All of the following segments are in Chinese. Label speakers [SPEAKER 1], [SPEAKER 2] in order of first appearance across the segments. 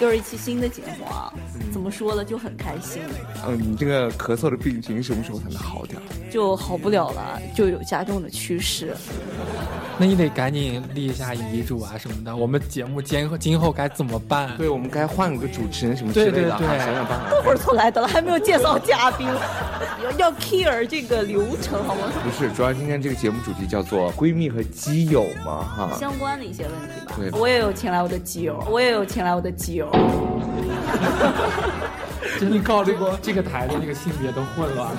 [SPEAKER 1] 又是一期新的节目啊，怎么说了就很开心，
[SPEAKER 2] 嗯，你这个咳嗽的病情什么时候才能好点儿？
[SPEAKER 1] 就好不了了，就有加重的趋势。
[SPEAKER 3] 那你得赶紧立下遗嘱啊什么的。我们节目今后今后该怎么办？
[SPEAKER 2] 对，我们该换个主持人什么之类的，
[SPEAKER 3] 对对对
[SPEAKER 2] 啊想想办法。
[SPEAKER 1] 一会儿都来的了，还没有介绍嘉宾，要要 care 这个流程好吗？
[SPEAKER 2] 不是，主要今天这个节目主题叫做闺蜜和基友嘛，哈。
[SPEAKER 1] 相关的一些问题吧
[SPEAKER 2] 对。
[SPEAKER 1] 我也有请来我的基友，我也有请来我的基友。
[SPEAKER 3] 你考虑过这个台的这个性别都混乱了。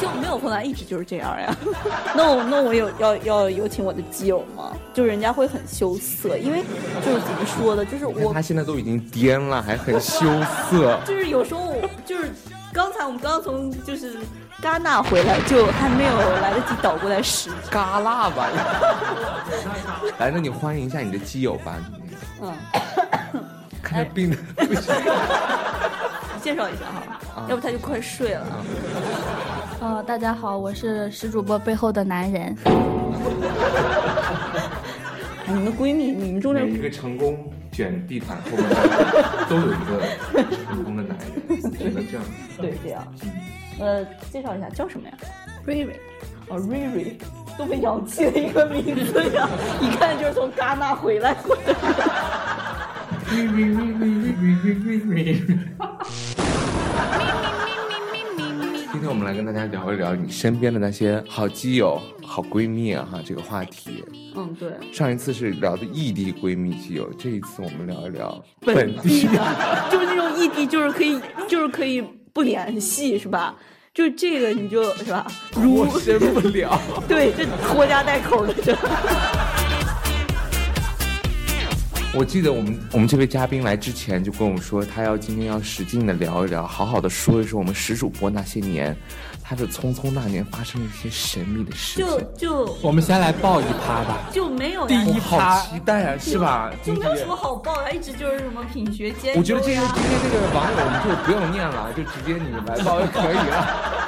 [SPEAKER 1] 就没有混乱，一直就是这样呀。 那我那我有要要有请我的基友吗？就人家会很羞涩，因为就是怎么说的，就是我
[SPEAKER 2] 哎他现在都已经颠了，还很羞涩。
[SPEAKER 1] 就是有时候我就是刚才我们刚从就是戛纳回来，就还没有来得及倒过来时间。
[SPEAKER 2] 嘎啦 吧。来，那你欢迎一下你的基友吧。
[SPEAKER 1] 嗯，
[SPEAKER 2] 看着病的，
[SPEAKER 1] 你介绍一下哈，要不他就快睡了。
[SPEAKER 4] 呃，大家好，我是石主播背后的男人。
[SPEAKER 1] 哎你们闺蜜，你们中
[SPEAKER 2] 每
[SPEAKER 1] 间
[SPEAKER 2] 一个成功卷地毯后面的都有一个成功的男人，只能这样。
[SPEAKER 1] 对这样，呃，介绍一下叫什么呀？
[SPEAKER 4] 瑞瑞，
[SPEAKER 1] 哦，瑞瑞，多么洋气的一个名字呀！ 一看就是从戛纳回来过的。
[SPEAKER 2] 今天我们来跟大家聊一聊你身边的那些好基友、好闺蜜啊，哈，这个话题。
[SPEAKER 1] 嗯，对，
[SPEAKER 2] 上一次是聊的异地闺蜜基友，这一次我们聊一聊
[SPEAKER 1] 本啊
[SPEAKER 2] 地的。
[SPEAKER 1] 就是那种异地，就是可以，就是可以不联系，是吧？就这个你就是吧，如
[SPEAKER 2] 啊我深不了。
[SPEAKER 1] 对，这拖家带口的这。
[SPEAKER 2] 我记得我们我们这位嘉宾来之前就跟我们说，他要今天要使劲的聊一聊，好好的说一说我们史主播那些年，他的匆匆那年发生了一些神秘的事
[SPEAKER 1] 就
[SPEAKER 2] 情。
[SPEAKER 1] 就
[SPEAKER 3] 我们先来报一趴吧。
[SPEAKER 1] 就没有
[SPEAKER 3] 第
[SPEAKER 1] 呀，
[SPEAKER 3] 一趴，
[SPEAKER 2] 待啊，是吧？
[SPEAKER 1] 就没有什么好报的，啊一直就是什么品学兼优呀。
[SPEAKER 2] 我觉得这个今天这个网友我们就不用念了，就直接你们来报就可以了。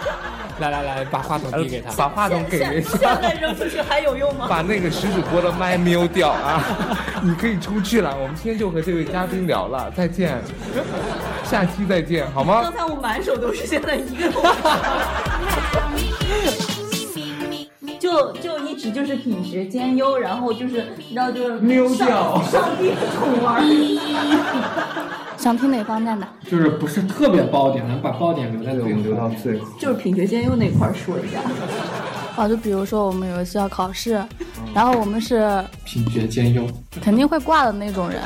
[SPEAKER 3] 来来来，把话筒递给他。
[SPEAKER 2] 把话筒给人
[SPEAKER 1] 现
[SPEAKER 2] 家，
[SPEAKER 1] 现在扔出去还有用吗？
[SPEAKER 2] 把那个史主播的麦瞄掉啊！ 你可以出去了。我们今天就和这位嘉宾聊了，再见，下期再见，好吗
[SPEAKER 1] 刚？才我满手都是，现在一个都 没有。就就一直就是品学兼优，然后就是你知道就是
[SPEAKER 3] 溜掉
[SPEAKER 1] 上上地图玩儿，
[SPEAKER 4] 想听哪方面的？
[SPEAKER 3] 就是不是特别爆点，能把爆点留在留
[SPEAKER 2] 最后。
[SPEAKER 1] 就是品学兼优那块儿说一下。
[SPEAKER 4] 哦，就比如说我们有一次要考试，然后我们是
[SPEAKER 3] 品学兼优。
[SPEAKER 4] 肯定会挂的那种人，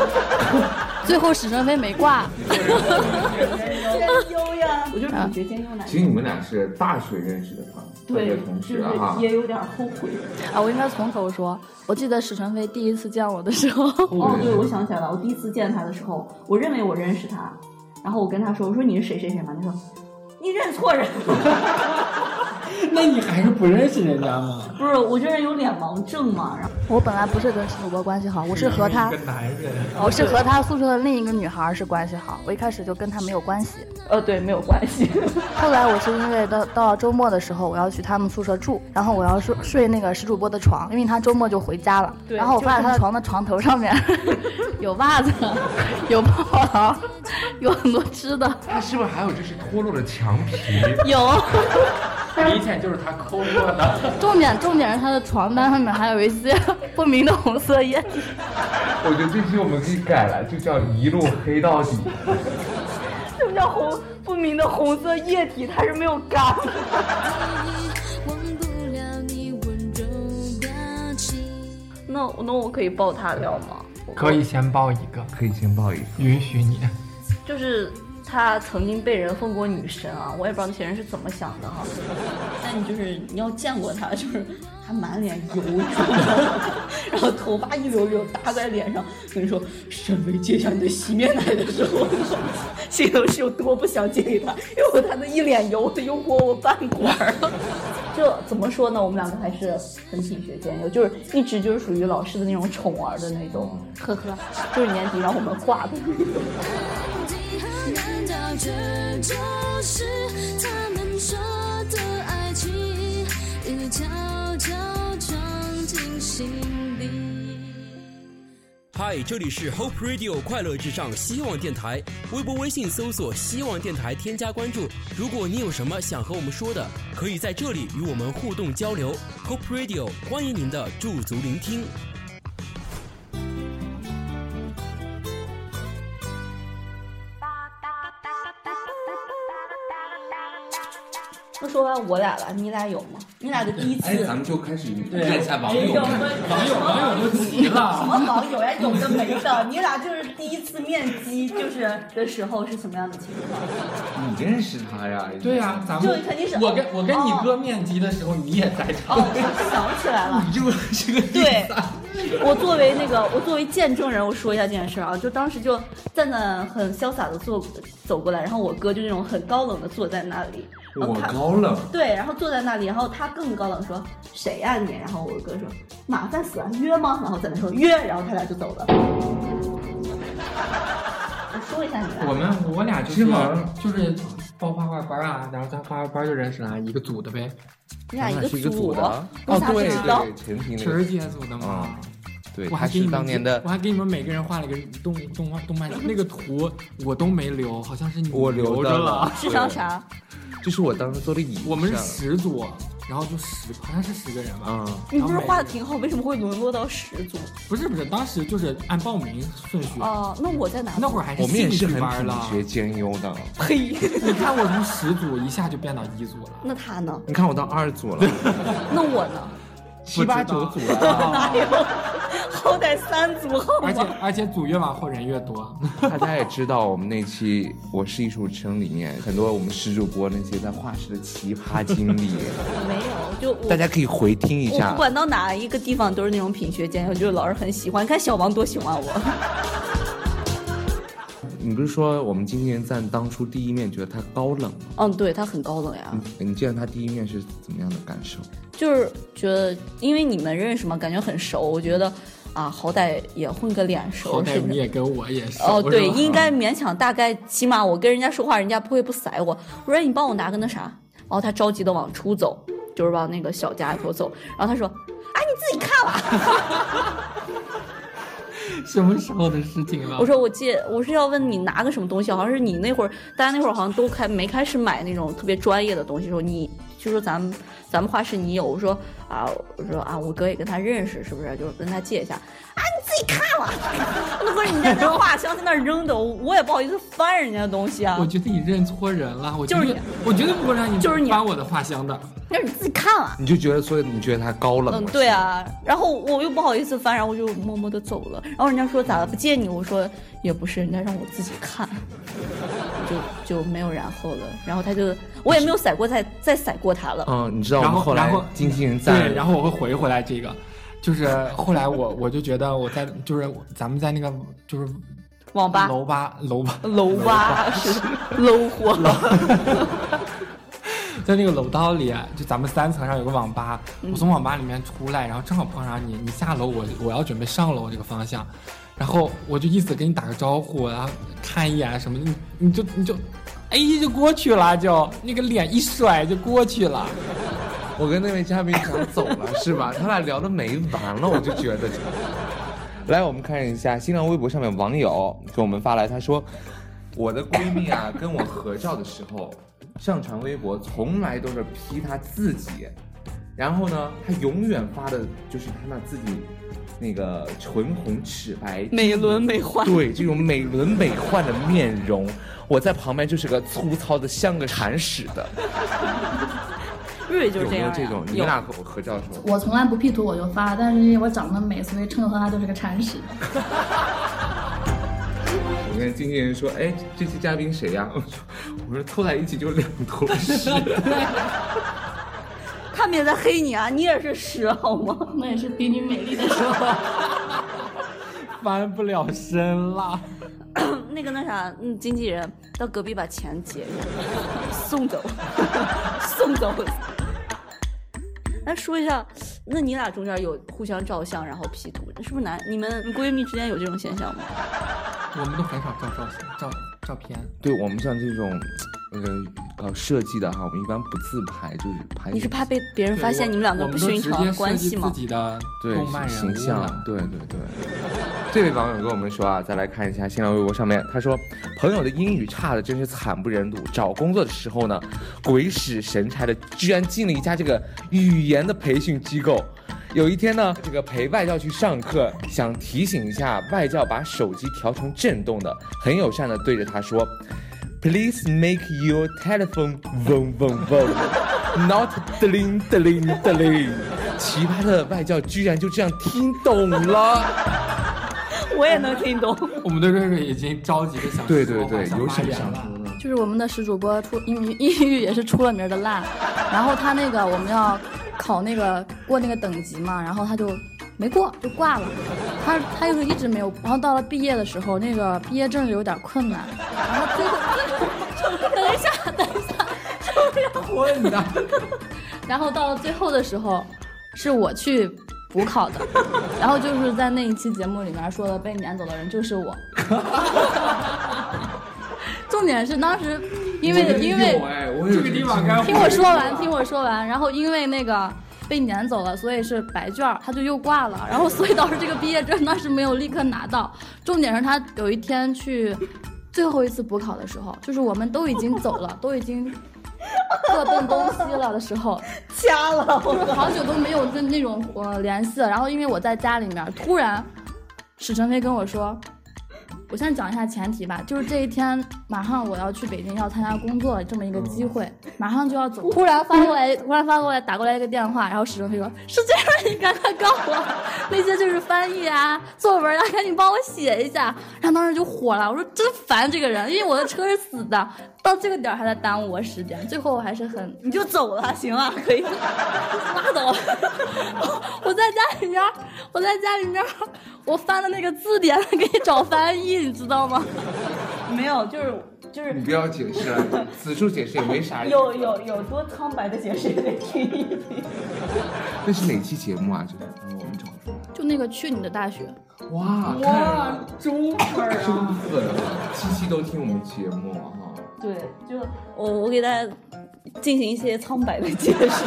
[SPEAKER 4] 最后史正飞没挂。
[SPEAKER 1] 兼优呀， 我就是品学兼优男。
[SPEAKER 2] 其实你们俩是大学认识的吧？大学
[SPEAKER 1] 对，
[SPEAKER 2] 啊同
[SPEAKER 1] 就
[SPEAKER 2] 学
[SPEAKER 1] 是
[SPEAKER 2] 啊哈。
[SPEAKER 1] 也有点后悔。
[SPEAKER 4] 啊，我应该从头说。我记得史正飞第一次见我的时候，
[SPEAKER 1] 哦，对，我想起来了，我第一次见他的时候，我认为我认识他，然后我跟他说，我说你是谁谁谁嘛，他说你认错人了。
[SPEAKER 3] 那你还是不认识人家吗？
[SPEAKER 1] 不是，我这人有脸盲症嘛，然后
[SPEAKER 4] 我本来不是跟史主播关系好，我是和他
[SPEAKER 3] 一，个男人。
[SPEAKER 4] 我是和他宿舍的另一个女孩儿是关系好。我一开始就跟他没有关系，
[SPEAKER 1] 呃，对，没有关系。
[SPEAKER 4] 后来我是因为到到周末的时候，我要去他们宿舍住，然后我要睡睡那个石主播的床，因为他周末就回家了。
[SPEAKER 1] 对
[SPEAKER 4] 然后我发现他的床的床头上面有袜子，有泡泡糖，有很多吃的。
[SPEAKER 2] 他是不是还有就是脱落的墙皮？
[SPEAKER 4] 有，
[SPEAKER 3] 明显就是他抠过的。
[SPEAKER 4] 重点重点是他的床单上面还有一些不明的红色液体。
[SPEAKER 2] 我觉得这期我们可以改了，就叫一路黑到底。
[SPEAKER 1] 什么叫像红不明的红色液体，它是没有干的。
[SPEAKER 5] 忘不了你温柔表情。
[SPEAKER 1] 那我那我可以抱他聊吗？
[SPEAKER 3] 可以先报一个，
[SPEAKER 2] 可以先报一个。
[SPEAKER 3] 允许你。
[SPEAKER 1] 就是他曾经被人奉过女神啊，我也不知道那些人是怎么想的哈。但你就是你要见过他，就是他满脸油妆， 然后头发一绺绺搭在脸上，跟你说沈巍接下你的洗面奶的时候， 心头是有多不想借给他，因为他那一脸油的油过我半管儿。 这怎么说呢？我们两个还是很品学兼优，就是一直就是属于老师的那种宠儿的那种，呵呵，就是年底让我们挂的那种。
[SPEAKER 5] 难道这就是他们说的爱情？一条条闯进心底。
[SPEAKER 6] 嗨，这里是 Hope Radio 快乐至上希望电台，微博、微信搜索“希望电台”，添加关注。如果你有什么想和我们说的，可以在这里与我们互动交流。Hope Radio 欢迎您的驻足聆听。
[SPEAKER 1] 那说完我俩了，你俩有吗？你俩的第一次哎
[SPEAKER 2] 哎，咱们就开始看一下网
[SPEAKER 1] 没
[SPEAKER 2] 友
[SPEAKER 1] 有
[SPEAKER 2] 们。
[SPEAKER 3] 网友网友就急
[SPEAKER 1] 什
[SPEAKER 3] 了，
[SPEAKER 1] 么网友呀，有的没的。你俩就是第一次面基，就是的时候是什么样的情况？
[SPEAKER 2] 你认识他呀？
[SPEAKER 3] 对啊呀、咱
[SPEAKER 1] 嗯就
[SPEAKER 3] 们
[SPEAKER 1] 肯定是
[SPEAKER 3] 我跟我跟你
[SPEAKER 1] 哦
[SPEAKER 3] 哥面基的时候，你也在场。
[SPEAKER 1] 哦，想起来了。
[SPEAKER 2] 你就是个
[SPEAKER 1] 对，我作为那个，我作为见证人，我说一下这件事儿啊，就当时就赞赞很潇洒的坐走过来，然后我哥就那种很高冷的坐在那里，然后
[SPEAKER 2] 我
[SPEAKER 1] 他
[SPEAKER 2] 高冷，
[SPEAKER 1] 对，然后坐在那里，然后他更高冷说谁呀、你？然后我哥说马三死啊约吗？然后赞赞说约，然后他俩就走了。我说一下你俩，
[SPEAKER 3] 我们我俩就是
[SPEAKER 2] 是吗
[SPEAKER 3] 就是报画画班啊，然后咱画画班就认识了，啊一个组的呗，
[SPEAKER 1] 你俩一
[SPEAKER 2] 咱
[SPEAKER 1] 个
[SPEAKER 2] 俩是一个组的啊
[SPEAKER 1] 你咋
[SPEAKER 3] 哦
[SPEAKER 1] 知道？
[SPEAKER 2] 对，陈婷那
[SPEAKER 3] 晨儿
[SPEAKER 2] 个，
[SPEAKER 3] 姐组的嘛。
[SPEAKER 2] 嗯，对，
[SPEAKER 3] 我还
[SPEAKER 2] 他
[SPEAKER 3] 给你
[SPEAKER 2] 是
[SPEAKER 3] 们
[SPEAKER 2] 当年的
[SPEAKER 3] 我，还给你们每个人画了一个动动画动 漫那个图，我都没留，好像是你
[SPEAKER 2] 我
[SPEAKER 3] 留
[SPEAKER 2] 留
[SPEAKER 3] 着
[SPEAKER 2] 的
[SPEAKER 3] 了。
[SPEAKER 1] 智商啥？
[SPEAKER 2] 这是我当时做的椅子。
[SPEAKER 3] 我们是啊十组，然后就十，好像是十个人吧。
[SPEAKER 2] 嗯，
[SPEAKER 1] 你不是画的挺好，为什么会沦落到十组？
[SPEAKER 3] 不是不是，当时就是按报名顺序。
[SPEAKER 1] 哦、那我在哪？
[SPEAKER 3] 那会儿还是
[SPEAKER 2] 我们也是
[SPEAKER 3] 兴趣
[SPEAKER 2] 很
[SPEAKER 3] 班了
[SPEAKER 2] 品。学兼优的。
[SPEAKER 1] 呸！
[SPEAKER 3] 你看我从十组一下就变到一组了，
[SPEAKER 1] 那他呢？
[SPEAKER 2] 你看我到二组了，
[SPEAKER 1] 那我呢？
[SPEAKER 2] 七八九组啊了。
[SPEAKER 3] 了。
[SPEAKER 1] 哎呦，好歹三组好
[SPEAKER 2] 哎
[SPEAKER 3] 而且
[SPEAKER 1] 吗？
[SPEAKER 3] 而且组越往后人越 多，
[SPEAKER 2] 大家也知道，我们那期《我是艺术生》里面很多我们史主播那些在画室的奇葩经历，
[SPEAKER 1] 我没有，就我
[SPEAKER 2] 大家可以回听一
[SPEAKER 1] 我
[SPEAKER 2] 下
[SPEAKER 1] 不。管到哪一个地方都是那种品学兼优，就是老师很喜欢。你看小王多喜欢我，
[SPEAKER 2] 你不是说我们经纪人赞当初第一面觉得他高冷吗？
[SPEAKER 1] 嗯，对他很高冷呀，
[SPEAKER 2] 你你见他第一面是怎么样的感受？
[SPEAKER 1] 就是觉得因为你们认识嘛，感觉很熟，我觉得啊，好歹也混个脸
[SPEAKER 3] 好
[SPEAKER 1] 熟，
[SPEAKER 3] 歹
[SPEAKER 1] 是不
[SPEAKER 3] 你
[SPEAKER 1] 是？
[SPEAKER 3] 也跟我也熟。
[SPEAKER 1] 哦，对，
[SPEAKER 3] 是吧嗯
[SPEAKER 1] 应该勉强，大概起码我跟人家说话，人家不会不甩我。我说哎你帮我拿个那啥，然后他着急的往出走，就是往那个小家里头走，然后他说，哎，你自己看
[SPEAKER 3] 啊
[SPEAKER 1] 吧。
[SPEAKER 3] 什么时候的事情了？
[SPEAKER 1] 我说我借，我是要问你拿个什么东西，好像是你那会儿，大家那会儿好像都开没开始买那种特别专业的东西，说你就说咱们咱们画室你有，我说啊，我说啊，我哥也跟他认识，是不是？就是跟他借一下，啊，你自己看吧，那不是人家那画箱在那儿扔的，我我也不好意思翻人家的东西啊
[SPEAKER 3] 我，觉得你认错人了，我
[SPEAKER 1] 就是
[SPEAKER 3] 绝
[SPEAKER 1] 你
[SPEAKER 3] 对我绝对不会让你
[SPEAKER 1] 就是你
[SPEAKER 3] 翻我的画箱的。
[SPEAKER 1] 那你自己看啊。
[SPEAKER 2] 你就觉得，所以你觉得他高冷
[SPEAKER 1] 嗯，
[SPEAKER 2] 了？
[SPEAKER 1] 对啊，然后我又不好意思翻，然后我就默默的走了。然后人家说咋了不借你，我说也不是，人家让我自己看，我就就没有然后了。然后他就我也没有甩过再再甩过他了。
[SPEAKER 2] 嗯，你知道我
[SPEAKER 3] 然
[SPEAKER 2] 们
[SPEAKER 3] 后然
[SPEAKER 2] 来
[SPEAKER 3] 后
[SPEAKER 2] 经纪人赞
[SPEAKER 3] 对，，然后我会回回来这个，就是后来我我就觉得我在就是咱们在那个就是
[SPEAKER 1] 网吧
[SPEAKER 3] 楼吧楼吧，
[SPEAKER 1] 楼吧 是搂火
[SPEAKER 3] 在那个楼道里，啊就咱们三层上有个网吧，我从网吧里面出来，然后正好碰上你，你下楼我我要准备上楼这个方向，然后我就意思给你打个招呼，然后看一眼什么，你你就你就。哎，就过去了，就那个脸一甩就过去了。
[SPEAKER 2] 我跟那位嘉宾想走了是吧？他俩聊的没完了，我就觉得。来，我们看一下新浪微博上面网友给我们发来，他说：“我的闺蜜啊，跟我合照的时候，上传微博从来都是 P 她自己，然后呢，他永远发的就是他那自己那个唇红齿白、
[SPEAKER 1] 美轮美奂
[SPEAKER 2] 对这种美轮美奂的面容，我在旁边就是个粗糙的像个铲屎的。
[SPEAKER 1] 瑞就是
[SPEAKER 2] 有
[SPEAKER 1] 这
[SPEAKER 2] 没
[SPEAKER 1] 样
[SPEAKER 2] 有
[SPEAKER 1] 呀、
[SPEAKER 2] 这种？你
[SPEAKER 1] 有
[SPEAKER 2] 们俩合合照的时候，
[SPEAKER 7] 我从来不 P 图我就发，但是因为我长得美，所以称呼他就是个铲屎。
[SPEAKER 2] 我跟经纪人说：“哎，这期嘉宾谁呀、 我说：“我说凑在一起就两坨屎。
[SPEAKER 1] 他们也在黑你啊，你也是屎好吗？
[SPEAKER 7] 那也是比你美丽的时候。
[SPEAKER 3] 翻不了身了。
[SPEAKER 1] 那个那啥，嗯，经纪人到隔壁把钱结了，送走， 送走。 来说一下，那你俩中间有互相照相然后 P 图，这是不是男？你们闺蜜之间有这种现象吗？
[SPEAKER 3] 哎我们都很少照照相、照照片。
[SPEAKER 2] 对我们像这种那个搞设计的哈，我们一般不自拍，就是拍
[SPEAKER 1] 你是怕被别人
[SPEAKER 3] 对
[SPEAKER 1] 发现
[SPEAKER 3] 我
[SPEAKER 1] 你们两个
[SPEAKER 3] 我
[SPEAKER 1] 不
[SPEAKER 3] 都
[SPEAKER 1] 寻
[SPEAKER 3] 直
[SPEAKER 1] 常
[SPEAKER 3] 接
[SPEAKER 1] 的关
[SPEAKER 3] 设计
[SPEAKER 1] 系吗
[SPEAKER 3] 自？己的
[SPEAKER 2] 对
[SPEAKER 3] 动漫人物
[SPEAKER 2] 形象
[SPEAKER 3] 了，
[SPEAKER 2] 对对对。这位网友跟我们说啊，再来看一下新浪微博上面，他说朋友的英语差的真是惨不忍睹，找工作的时候呢，鬼使神差的居然进了一家这个语言的培训机构。有一天呢， 这个陪外教去上课，想提醒一下外教把手机调成震动的，很友善的对着他说，Please make your telephone boom boom boom，not dling dling dling。奇葩的外教居然就这样听懂了。
[SPEAKER 1] 我也能听懂。
[SPEAKER 3] 我们的瑞瑞已经着急的想
[SPEAKER 2] 对
[SPEAKER 3] 说
[SPEAKER 2] 对
[SPEAKER 3] 话
[SPEAKER 2] 对，
[SPEAKER 3] 想
[SPEAKER 2] 有
[SPEAKER 3] 发
[SPEAKER 2] 想
[SPEAKER 3] 言
[SPEAKER 2] 想
[SPEAKER 3] 了
[SPEAKER 2] 说的。
[SPEAKER 4] 就是我们的史主播出英语 英语也是出了名儿的烂，然后他那个我们要考那个过那个等级嘛，然后他就没过就挂了，他他又一直没有，然后到了毕业的时候，那个毕业证有点困难，然后最后等一下等一下，
[SPEAKER 3] 混的，
[SPEAKER 4] 然后到了最后的时候，是我去补考的，然后就是在那一期节目里面说的被撵走的人就是我。重点是当时因为因为
[SPEAKER 3] 哎，我这个地方该
[SPEAKER 4] 听我说完，听我说完，然后因为那个。被撵走了，所以是白卷儿，他就又挂了。然后，所以导致这个毕业证当时没有立刻拿到。重点是他有一天去最后一次补考的时候， 就是我们都已经走了，都已经各奔东西了的时候，
[SPEAKER 1] 瞎了，
[SPEAKER 4] 就是好久都没有跟那种我联系了。然后因为我在家里面，突然史晨飞跟我说，我先讲一下前提吧，就是这一天马上我要去北京要参加工作了这么一个机会，马上就要走。突然发过来，突然发过来打过来一个电话，然后史晨飞说：“是这样，你赶快告我，那些就是翻译啊、作文啊，赶紧帮我写一下。”然后当时就火了，我说真烦这个人，因为我的车是死的，到这个点儿还在耽误我时间，最后我还是很
[SPEAKER 1] 你就走了，行啊，可以。
[SPEAKER 4] 拉倒！ 我在家里面儿，我在家里面儿，我翻的那个字典给你找翻译，你知道吗？
[SPEAKER 1] 没有，就是就是
[SPEAKER 2] 你不要解释了，此处解释也没啥意思。
[SPEAKER 1] 有有有多苍白的解释也得听一听。
[SPEAKER 2] 那是哪期节目啊？这个我们找出来。
[SPEAKER 4] 就那个去你的大学，
[SPEAKER 2] 哇，
[SPEAKER 1] 哇，中分儿
[SPEAKER 2] 真！粉了，七七都听我们节目了哈。
[SPEAKER 1] 对，就我我给大家进行一些苍白的解释。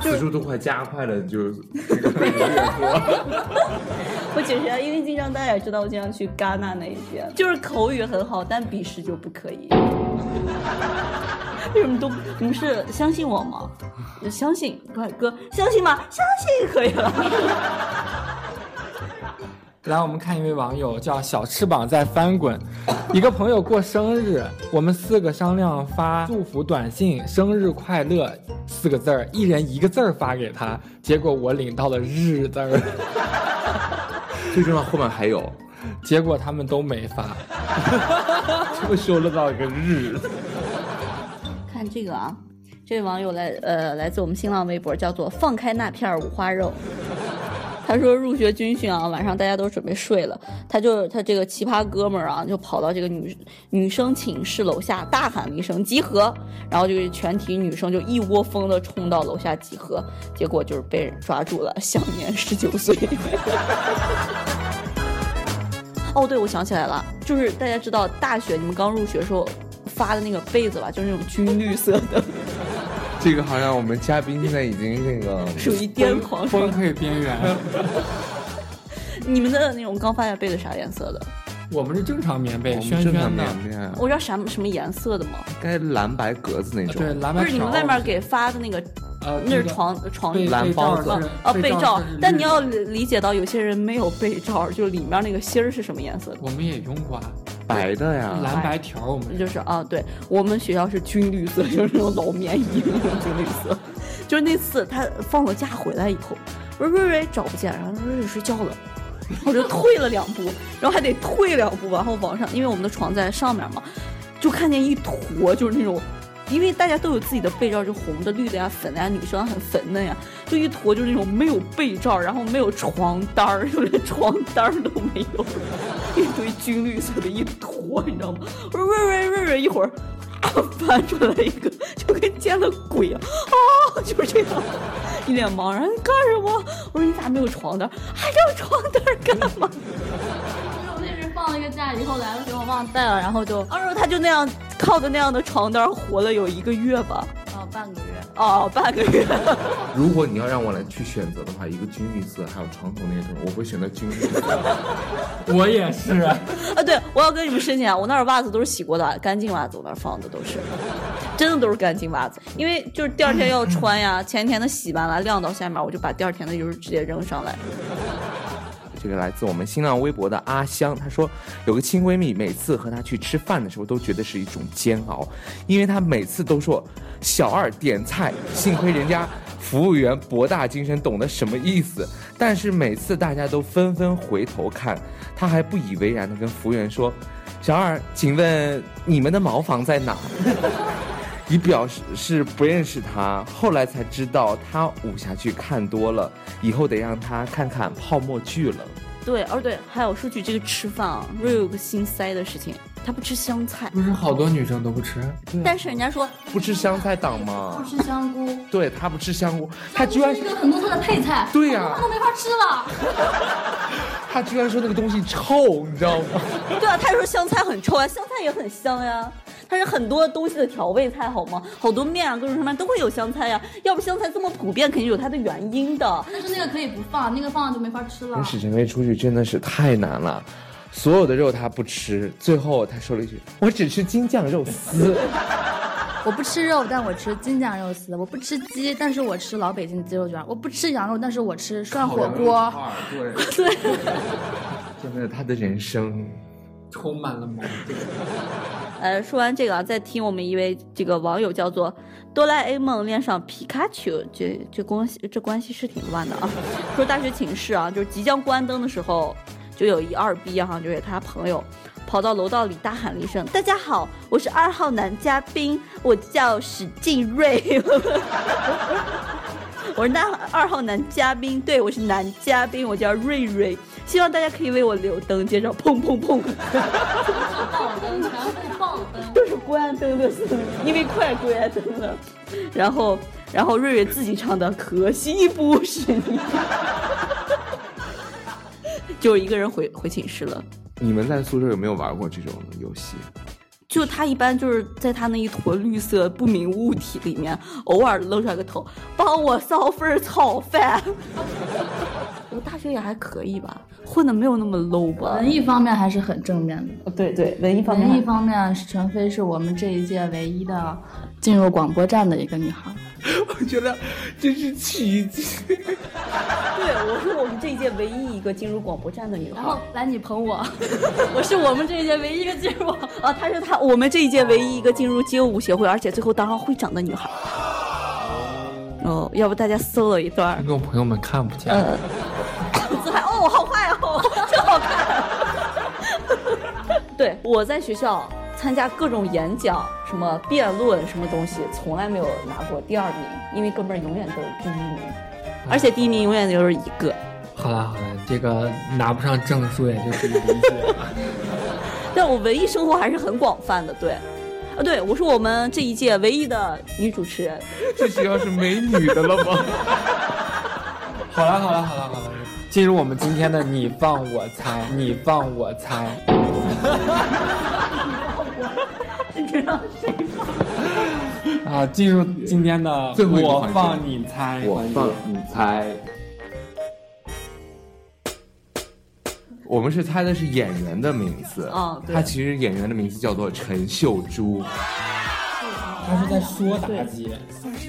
[SPEAKER 2] 此处都快加快了，就是这个越说。
[SPEAKER 1] 我解释一下，因为经常大家也知道，我经常去戛纳那一边，就是口语很好，但笔试就不可以。 为什么都你们是相信我吗？相信，快哥，相信吗？相信可以了。
[SPEAKER 3] 来，我们看一位网友叫小翅膀在翻 滚，一个朋友过生日，我们四个商量发祝福短信“生日快乐”四个字儿，一人一个字儿发给他，结果我领到了“日”字儿，
[SPEAKER 2] 最重要后面还有，
[SPEAKER 3] 结果他们都没发。
[SPEAKER 2] 这个收了到一个日，
[SPEAKER 1] 看这个啊，这位网友来呃来自我们新浪微博，叫做“放开那片儿五花肉”。他说入学军训啊，晚上大家都准备睡了，他就他这个奇葩哥们儿啊，就跑到这个女女生寝室楼下大喊了一声“集合”，然后就是全体女生就一窝蜂的冲到楼下集合，结果就是被人抓住了，享年十九岁。哦，对，我想起来了，就是大家知道大学你们刚入学时候发的那个被子吧，就是那种军绿色的，
[SPEAKER 2] 这个好像我们嘉宾现在已经那个。
[SPEAKER 1] 属于癫狂是吧
[SPEAKER 3] 崩溃边缘。
[SPEAKER 1] 你们的那种刚发下被子啥颜色的？
[SPEAKER 3] 我们是正常棉
[SPEAKER 2] 我
[SPEAKER 3] 被，
[SPEAKER 2] 们
[SPEAKER 3] 轩
[SPEAKER 2] 正常
[SPEAKER 3] 轩的，
[SPEAKER 2] 棉被啊，
[SPEAKER 1] 我知道啥什么颜色的吗？
[SPEAKER 2] 该蓝白格子那种
[SPEAKER 3] 对，蓝
[SPEAKER 1] 不
[SPEAKER 3] 白
[SPEAKER 1] 是你们
[SPEAKER 3] 条
[SPEAKER 1] 外面给发的那个
[SPEAKER 3] 呃，
[SPEAKER 1] 那是
[SPEAKER 3] 个
[SPEAKER 1] 床床
[SPEAKER 3] 被
[SPEAKER 2] 蓝包
[SPEAKER 3] 罩
[SPEAKER 2] 子
[SPEAKER 3] 是
[SPEAKER 1] 啊被罩
[SPEAKER 3] 是绿，
[SPEAKER 1] 但你
[SPEAKER 3] 的
[SPEAKER 1] 要理解到有些人没有被罩，就里面那个芯儿是什么颜色的。
[SPEAKER 3] 我们也用过啊，
[SPEAKER 2] 白的呀，
[SPEAKER 3] 蓝白条儿我们
[SPEAKER 1] 就是啊，对我们学校是军绿色， 就是那种老棉衣那种军绿色。就是那次他放了假回来以后，我说瑞瑞找不见，然后瑞瑞睡觉了，然后我就退了两步，然后还得退两步，然后往上，因为我们的床在上面嘛，就看见一坨就是那种。因为大家都有自己的被罩，就红的、绿的呀、粉的呀，女生很粉嫩呀，就一坨就是那种没有被罩，然后没有床单儿，就连床单儿都没有，一堆军绿色的一坨，你知道吗？我说瑞瑞瑞瑞，一会儿、啊、翻出来一个，就跟见了鬼一样，啊，就是这样，一脸茫然，干什么？我说你咋没有床单儿？还要床单儿干嘛？
[SPEAKER 4] 我那是放了一个假以后来的时候忘带了，然后就
[SPEAKER 1] 然后他就那样靠着那样的床单儿活了有一个月吧，
[SPEAKER 4] 哦半个月。
[SPEAKER 1] 哦，半个月。
[SPEAKER 2] 如果你要让我来去选择的话，一个军绿色，还有床头那个，我会选择军绿色。
[SPEAKER 3] 我也是，
[SPEAKER 1] 啊，对，我要跟你们申请啊，我那儿袜子都是洗过的，干净袜子，我那儿放的都是，真的都是干净袜子，因为就是第二天要穿呀，前天的洗完了晾到下面，我就把第二天的就是直接扔上来。
[SPEAKER 2] 这个来自我们新浪微博的阿香，她说有个亲闺蜜，每次和她去吃饭的时候都觉得是一种煎熬，因为她每次都说小二点菜，幸亏人家服务员博大精深，懂得什么意思。但是每次大家都纷纷回头看，她还不以为然的跟服务员说：“小二，请问你们的茅房在哪？”以表示是不认识他，后来才知道他武侠剧看多了，以后得让他看看泡沫剧了。
[SPEAKER 1] 对，哦对，还有说起这个吃饭啊，瑞有个心塞的事情，他不吃香菜，
[SPEAKER 3] 不是好多女生都不吃，
[SPEAKER 1] 但是人家说
[SPEAKER 2] 不吃香菜党
[SPEAKER 4] 不
[SPEAKER 2] 吗？
[SPEAKER 4] 吃香菇，
[SPEAKER 2] 对他不吃香菇，他居然
[SPEAKER 4] 这个很多它的配菜，
[SPEAKER 2] 对呀、
[SPEAKER 4] 它都没法吃了。
[SPEAKER 2] 他居然说那个东西臭，你知道吗？
[SPEAKER 1] 对啊，他说香菜很臭啊，香菜也很香呀。它是很多东西的调味菜，好吗？好多面啊，各种什么都会有香菜呀。要不香菜这么普遍，肯定有它的原因的。
[SPEAKER 4] 但是那个可以不放，那个放了就没法吃了
[SPEAKER 2] 跟。史晨飞出去真的是太难了，所有的肉他不吃，最后他说了一句：“我只吃京酱肉丝。
[SPEAKER 4] 我不吃肉，但我吃京酱肉丝；我不吃鸡，但是我吃老北京鸡肉卷；我不吃羊肉，但是我吃涮火锅。”
[SPEAKER 2] 对真的，他的人生
[SPEAKER 3] 充满了矛盾。
[SPEAKER 1] 呃，说完这个啊，再听我们一位这个网友叫做“哆啦 A 梦恋上皮卡丘”，这这关系这关系是挺乱的啊。 说大学寝室啊，就是即将关灯的时候，就有一二逼哈、就是他朋友，跑到楼道里大喊了一声：“大家好，我是二号男嘉宾，我叫史进瑞。” 我是男二号男嘉宾，对我是男嘉宾，我叫瑞瑞，希望大家可以为我留灯。接着砰砰砰。
[SPEAKER 4] 爆灯，全部爆灯。
[SPEAKER 1] 都是关灯的声音，因为快关灯了。然后，然后瑞瑞自己唱的《可惜不是你》， 就是一个人回回寝室了。
[SPEAKER 2] 你们在宿舍有没有玩过这种游戏？
[SPEAKER 1] 就他一般就是在他那一坨绿色不明物体里面，偶尔露出来个头，帮我烧份儿炒饭。 我大学也还可以吧，混的没有那么 low 吧
[SPEAKER 4] 文？艺方面还是很正面的。
[SPEAKER 1] 对对，文艺方面
[SPEAKER 4] 文艺
[SPEAKER 1] 还。
[SPEAKER 4] 方面，史晨飞是我们这一届唯一的进入广播站的一个女孩。
[SPEAKER 2] 我觉得这是奇迹。
[SPEAKER 1] 对，我是我们这一届唯一一个进入广播站的女孩
[SPEAKER 4] 然。后来你捧我， 我是我们这一届唯一一个进入。
[SPEAKER 1] 啊，她是她我们这一届唯一一个进入街舞协会，而且最后当上会长的女孩。哦，要不大家搜了一段儿
[SPEAKER 3] 听众朋友们看不见，
[SPEAKER 1] 自嗨，哦，好坏哦， 真好看。 对，我在学校参加各种演讲、什么辩论、什么东西，从来没有拿过第二名，因为哥们儿永远都是第一名，而且第一名永远就是一个。
[SPEAKER 3] 好了好了，这个拿不上证书也就可以理解了。
[SPEAKER 1] 但我文艺生活还是很广泛的，对。啊，对，我是我们这一届唯一的女主持人。
[SPEAKER 2] 这学校是没女的了吗？
[SPEAKER 3] 好了好了好了好了，进入我们今天的你放我猜，你放我猜。啊，进入今天的
[SPEAKER 2] 最后一个
[SPEAKER 3] 我
[SPEAKER 2] 环节
[SPEAKER 3] 放你猜
[SPEAKER 2] 我
[SPEAKER 3] 环节
[SPEAKER 2] 放你猜。我们是猜的是演员的名字，
[SPEAKER 1] 啊对
[SPEAKER 2] 他其实演员的名字叫做陈秀珠。
[SPEAKER 3] 他是在说妲己，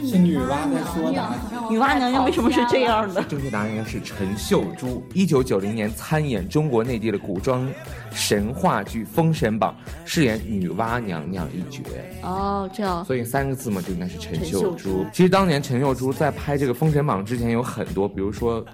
[SPEAKER 3] 是女娲在说妲己。
[SPEAKER 1] 女娲娘娘为什么是这样的？
[SPEAKER 2] 正确答案应该是陈秀珠。一九九零年参演中国内地的古装神话剧《封神榜》，饰演女娲娘娘一角。
[SPEAKER 1] 哦，这样
[SPEAKER 2] 所以三个字嘛，就应该是陈
[SPEAKER 1] 陈秀
[SPEAKER 2] 秀
[SPEAKER 1] 珠
[SPEAKER 2] 珠。其实当年陈秀珠在拍这个《封神榜》之前有很多，比如说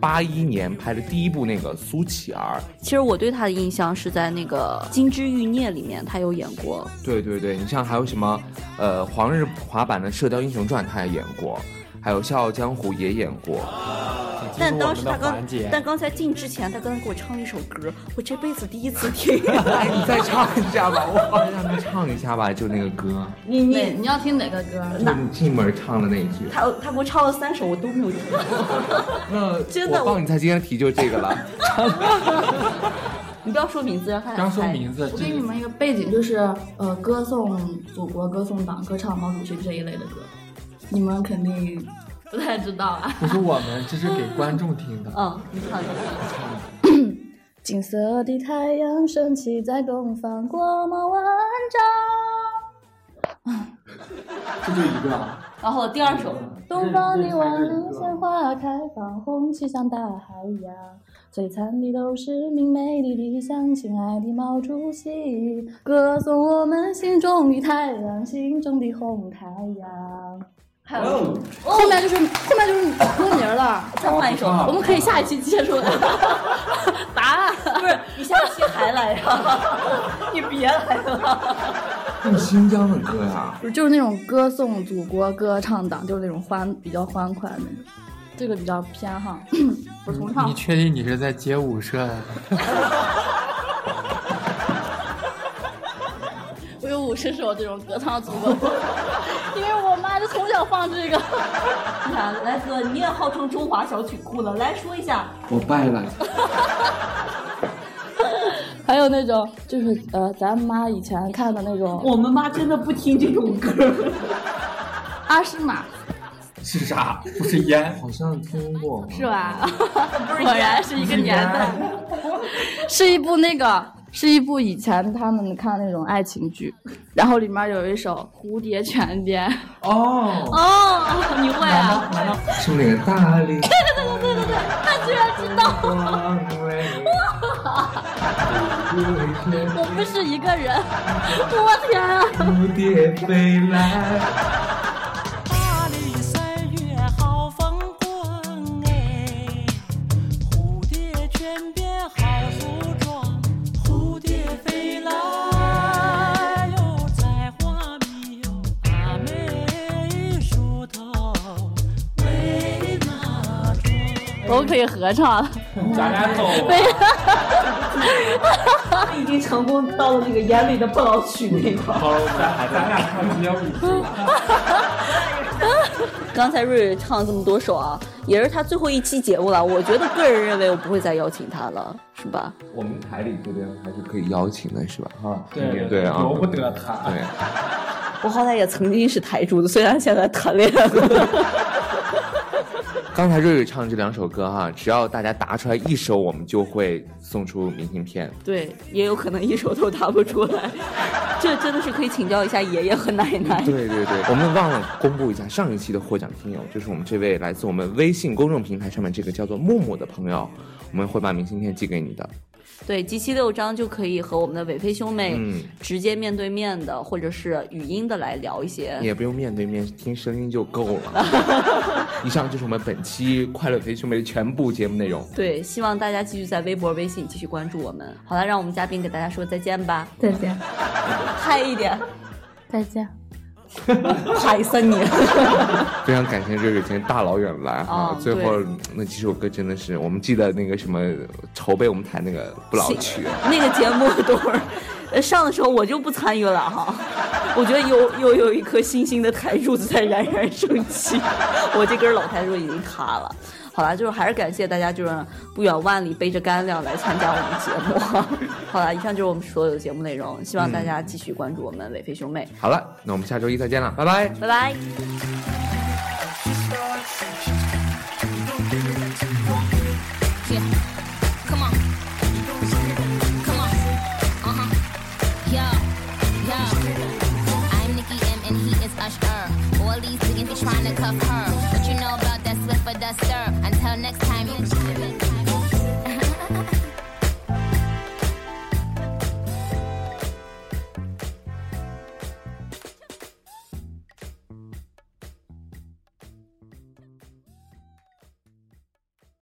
[SPEAKER 2] 八一年拍的第一部那个苏乞儿，
[SPEAKER 1] 其实我对她的印象是在那个《金枝欲孽》里面，她有演过。
[SPEAKER 2] 对对对，你像还有什么，呃，黄日华版的《射雕英雄传》他也演过，还有《笑傲江湖》也演过。
[SPEAKER 1] 但当时
[SPEAKER 3] 这是我
[SPEAKER 1] 她
[SPEAKER 3] 们的
[SPEAKER 1] 刚
[SPEAKER 3] 环节，
[SPEAKER 1] 但刚才进之前，她刚才给我唱了一首歌， 我这辈子第一次 听。
[SPEAKER 2] 哎，你再唱一下吧，我让他唱一下吧，就那个歌，
[SPEAKER 4] 你你你要听哪个歌？
[SPEAKER 2] 就你进门唱的那一句。
[SPEAKER 1] 她她给我唱了三首，我都没有听过。
[SPEAKER 2] 那
[SPEAKER 1] 真的
[SPEAKER 2] 我
[SPEAKER 1] 我
[SPEAKER 2] 帮你猜今天题就是这个了。
[SPEAKER 1] 你不要说名字，让她
[SPEAKER 3] 不要
[SPEAKER 1] 俩
[SPEAKER 3] 说
[SPEAKER 1] 猜。
[SPEAKER 3] 名字，
[SPEAKER 4] 我
[SPEAKER 3] 这
[SPEAKER 4] 给你们一个背景，就是呃，歌颂祖国、歌颂党、歌唱毛主席这一类的歌，你们肯定不太知道啊。
[SPEAKER 3] 不是我们，这是给观众听的。
[SPEAKER 1] 嗯，你唱一下。
[SPEAKER 4] 金色的太阳升起在东方，光芒万丈。
[SPEAKER 3] 这就一个，
[SPEAKER 1] 然后第二首，
[SPEAKER 4] 东方的万里鲜花开放，红旗像大海一样。璀璨的都是明媚的理想，亲爱的毛主席，歌颂我们心中的太阳，心中的红太阳。
[SPEAKER 1] 还有
[SPEAKER 4] 后面就是后面就是歌名 了。
[SPEAKER 1] 再换一
[SPEAKER 2] 哦
[SPEAKER 1] 首。
[SPEAKER 4] 我们可以下一期接 出来答案。
[SPEAKER 1] 不是，你下期还来呀、
[SPEAKER 4] 啊
[SPEAKER 1] 你别来了。
[SPEAKER 2] 那新疆的歌呀、
[SPEAKER 4] 不是，就是那种歌颂祖国、歌唱党，就是那种欢比较欢快的那种。这个比较偏 哈，不是重唱
[SPEAKER 3] 你。确定你是在街舞社？
[SPEAKER 4] 我有五十首这种歌唱祖国， 因为我妈就从小放这个。
[SPEAKER 1] 呀，来哥，你也号称中华小曲库了，来说一下。
[SPEAKER 3] 我败了。
[SPEAKER 4] 还有那种就是呃，咱妈以前看的那种
[SPEAKER 1] 我们妈真的不听这种歌。
[SPEAKER 4] 阿诗玛，
[SPEAKER 3] 是啥？不是烟。
[SPEAKER 2] 好像听过。
[SPEAKER 4] 是 吧？
[SPEAKER 1] 不是
[SPEAKER 4] 果然是一个年代， 是一部那个，是一部以前他们看的那种爱情剧，然后里面有一首《蝴蝶泉边》。
[SPEAKER 2] 哦，
[SPEAKER 4] 哦，你会啊？
[SPEAKER 2] 是那个大理
[SPEAKER 4] 他居然知道，
[SPEAKER 2] 光辉。
[SPEAKER 4] 我们是一个人。我天啊！
[SPEAKER 2] 蝴蝶飞来。
[SPEAKER 8] 花里三月好风光哎，蝴蝶泉边好梳妆，蝴蝶飞来哟，在花里哟，阿妹梳头为哪桩？
[SPEAKER 4] 我们可以合唱了。
[SPEAKER 3] 咱俩走。
[SPEAKER 1] 他 已经成功到了那个眼里的不老曲那块儿。
[SPEAKER 3] 好，咱咱俩唱街舞。
[SPEAKER 1] 刚才瑞瑞唱了这么多首啊，也是他最后一期节目了。我觉得个人认为我不会再邀请他了，是吧？
[SPEAKER 2] 我们台里这边还是可以邀请的，是吧？哈，
[SPEAKER 3] 对
[SPEAKER 2] 对啊，
[SPEAKER 3] 由不得他
[SPEAKER 2] 对，
[SPEAKER 1] 我好歹也曾经是台柱子，虽然现在谈恋爱了。
[SPEAKER 2] 刚才瑞瑞唱这两首歌哈，只要大家答出来一首，我们就会送出明信片。
[SPEAKER 1] 对，也有可能一首都答不出来，这真的是可以请教一下爷爷和奶奶。
[SPEAKER 2] 对对对，我们忘了公布一下上一期的获奖听友，就是我们这位来自我们微信公众平台上面这个叫做木木的朋友，我们会把明信片寄给你的。
[SPEAKER 1] 对，集齐六张就可以和我们的伟飞兄妹
[SPEAKER 2] 嗯
[SPEAKER 1] 直接面对面的，或者是语音的来聊一些。
[SPEAKER 2] 也不用面对面听声音就够了。 以上就是我们本期《快乐陪兄妹》的全部节目内容。
[SPEAKER 1] 对，希望大家继续在微博、微信继续关注我们。好了，让我们嘉宾给大家说再见吧，
[SPEAKER 4] 再见，
[SPEAKER 1] 嗨一点，
[SPEAKER 4] 再见。
[SPEAKER 1] 嗨森你。
[SPEAKER 2] 非常感谢瑞瑞今天大老远来哈、
[SPEAKER 1] 哦
[SPEAKER 2] 最后嗯那几首歌真的是我们记得那个什么筹备我们台那个不老曲，
[SPEAKER 1] 那个节目等会儿呃上的时候我就不参与了哈。我觉得又又有一颗星星的台柱子在冉冉升起， 我这根老台柱已经塌了。好啦，就是还是感谢大家，就是不远万里背着干粮来参加我们节目。 好啦，以上就是我们所有的节目内容，希望大家继续关注我们伟飞兄妹，
[SPEAKER 2] 好了，那我们下周一再见了，拜拜。
[SPEAKER 1] 拜拜。
[SPEAKER 5] Come on. Come on. Uh huh. Yo, yo. I'm Nicki M and he is
[SPEAKER 9] easy if you're trying to cuff her. What you know about that slip or that stir? Until next time, you.